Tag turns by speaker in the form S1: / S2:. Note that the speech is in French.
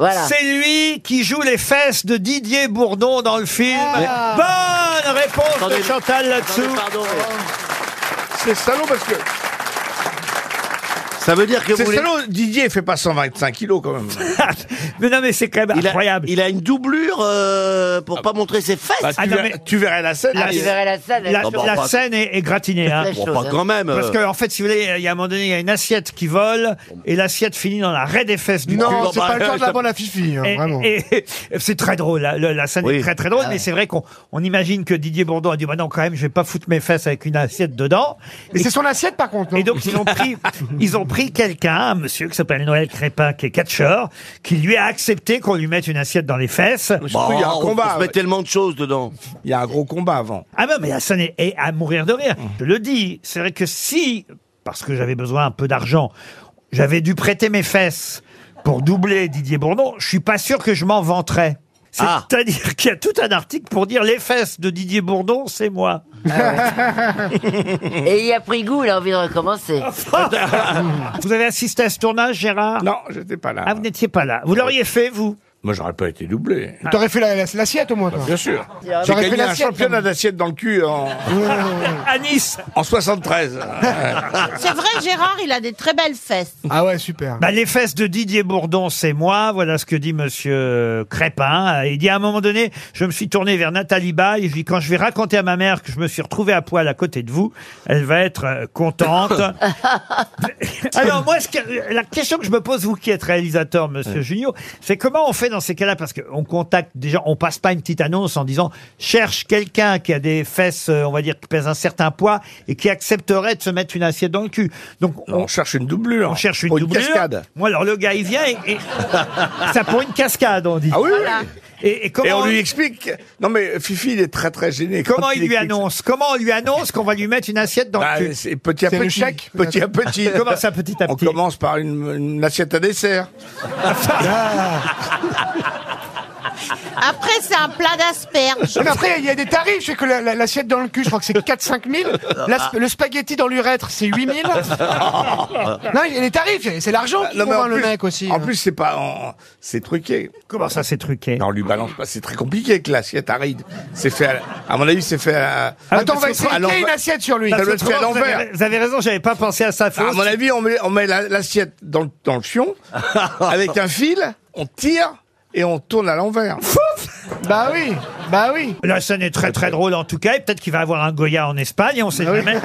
S1: Voilà.
S2: C'est lui qui joue les fesses de Didier Bourdon dans le film. Bonne réponse de Chantal là-dessous.
S3: C'est salaud parce que.
S4: Ça veut dire que
S3: C'est
S4: vous voulez-
S3: salaud, Didier fait pas 125 kilos quand même.
S2: mais non, mais c'est quand même
S4: il, a,
S2: incroyable.
S4: il a une doublure euh, pour pas montrer ses fesses.
S3: Bah, tu,
S2: Ah, non,
S3: verrais,
S2: mais-
S3: tu verrais la scène.
S2: Ah,
S3: là,
S2: il
S1: Tu verrais la scène. elle
S2: La,
S1: est
S4: bon,
S2: la
S4: bah,
S2: scène est, est gratinée. hein.
S1: très
S4: Bon,
S1: chose,
S4: pas
S1: hein.
S4: quand même.
S2: Parce
S4: euh.
S2: que, en fait, si vous voulez, il y a un moment donné, il y a une assiette qui vole et l'assiette finit dans la raie des fesses du cul.
S5: Non, c'est
S4: bah,
S5: pas le
S4: euh,
S5: temps de la bonne à Fifi, hein,
S2: Et-
S5: vraiment.
S2: et- c'est très drôle, la, la- la scène est
S4: Oui.
S2: très très drôle, mais c'est vrai qu'on on imagine que Didier Bourdon a dit bah non quand même je vais pas foutre mes fesses avec une assiette dedans.
S5: Mais c'est son assiette, par contre, non
S2: Et donc ils ont pris, ils ont pris quelqu'un, un monsieur qui s'appelle Noël Crépin, qui est catcheur, qui lui a accepté qu'on lui mette une assiette dans les fesses.
S4: Bah,
S3: il y a un
S4: on-
S3: combat,
S4: On se met
S3: ouais.
S4: tellement de choses dedans.
S3: Il y a un gros combat avant.
S2: Ah non, mais la scène est, est à mourir de rire. Je le dis, c'est vrai que si, parce que j'avais besoin un peu d'argent, j'avais dû prêter mes fesses pour doubler Didier Bourdon, je suis pas sûr que je m'en vanterais.
S4: Ah.
S2: C'est-à-dire qu'il y a tout un article pour dire les fesses de Didier Bourdon, c'est moi.
S1: Et il a pris goût, il a envie de recommencer.
S2: Vous avez assisté à ce tournage, Gérard
S3: Non, j'étais pas là.
S2: Ah, vous n'étiez pas là. Vous l'auriez fait, vous
S3: Moi, j'aurais pas été doublé.
S5: T'aurais fait la- la- l'assiette, au moins, toi.
S2: Bah,
S3: Bien sûr.
S1: aurait
S3: J'ai
S5: fait
S3: gagné un
S5: l'assiette,
S3: championnat
S5: quand
S3: d'assiette dans le cul en,
S2: À Nice
S3: en 73.
S6: C'est vrai, Gérard, il a des très belles fesses.
S5: Ah ouais, super.
S2: Bah, les fesses de Didier Bourdon, c'est moi. Voilà ce que dit Monsieur Crépin. Il dit à un moment donné, je me suis tourné vers Nathalie Baye. Je dis quand je vais raconter à ma mère que je me suis retrouvé à poil à côté de vous, elle va être euh, contente. Alors moi, ce que- la question que je me pose, vous qui êtes réalisateur, Monsieur Junio, c'est comment on fait dans ces cas-là Parce qu'on contacte déjà, on passe pas une petite annonce en disant cherche quelqu'un qui a des fesses, euh, on va dire qui pèse un certain poids et qui accepterait de se mettre une assiette dans le cul. Donc on,
S3: on cherche une doublure.
S2: on cherche une
S3: Ou
S2: doublure.
S3: cascade.
S2: Moi, alors le gars, il vient et, et- ça pour une cascade, on dit.
S3: Ah oui, oui.
S2: Et, et comment,
S3: Et on lui explique. Non, mais Fifi, il est très très gêné.
S2: comment
S3: Quand
S2: il lui
S3: explique-
S2: annonce Comment on lui annonce qu'on va lui mettre une assiette dans
S3: Bah,
S2: le cul
S3: c'est petit à
S5: C'est le
S3: petit.
S5: chèque,
S3: petit à petit.
S2: Il commence à petit à
S3: On
S2: petit.
S3: commence par une, une assiette à dessert.
S6: Après, c'est un plat d'asperges.
S5: Non, mais après, il y a des tarifs. Je sais que la- la- l'assiette dans le cul, je crois que c'est 4-5 000. L'as- le spaghetti dans l'urètre, c'est 8 000. Non, il y a des tarifs. C'est l'argent qui
S3: Bah, Non, mais en
S5: convainc Ah, le
S3: plus-
S5: mec aussi. hein.
S3: En plus, c'est pas, en- c'est truqué.
S2: Comment Ah, ça, c'est truqué
S3: Non, on lui balance pas. C'est très compliqué que l'assiette aride. C'est fait, à, à mon avis, c'est fait
S2: Ah
S3: à.
S5: Attends, on va
S3: parce que-
S5: essayer
S3: à l'envers-
S5: une assiette sur lui.
S3: Ça doit être fait à
S2: Comment, vous,
S3: l'envers. Bah,
S2: avez, vous avez raison, j'avais pas pensé à ça. Faut
S3: À mon avis, on met, on met la- l'assiette dans, le- dans le fion, avec un fil, on tire et on tourne à l'envers.
S5: Bah oui, bah oui.
S3: Ah
S2: La scène est très très drôle en tout cas, et peut-être qu'il va avoir un Goya en Espagne, on sait jamais.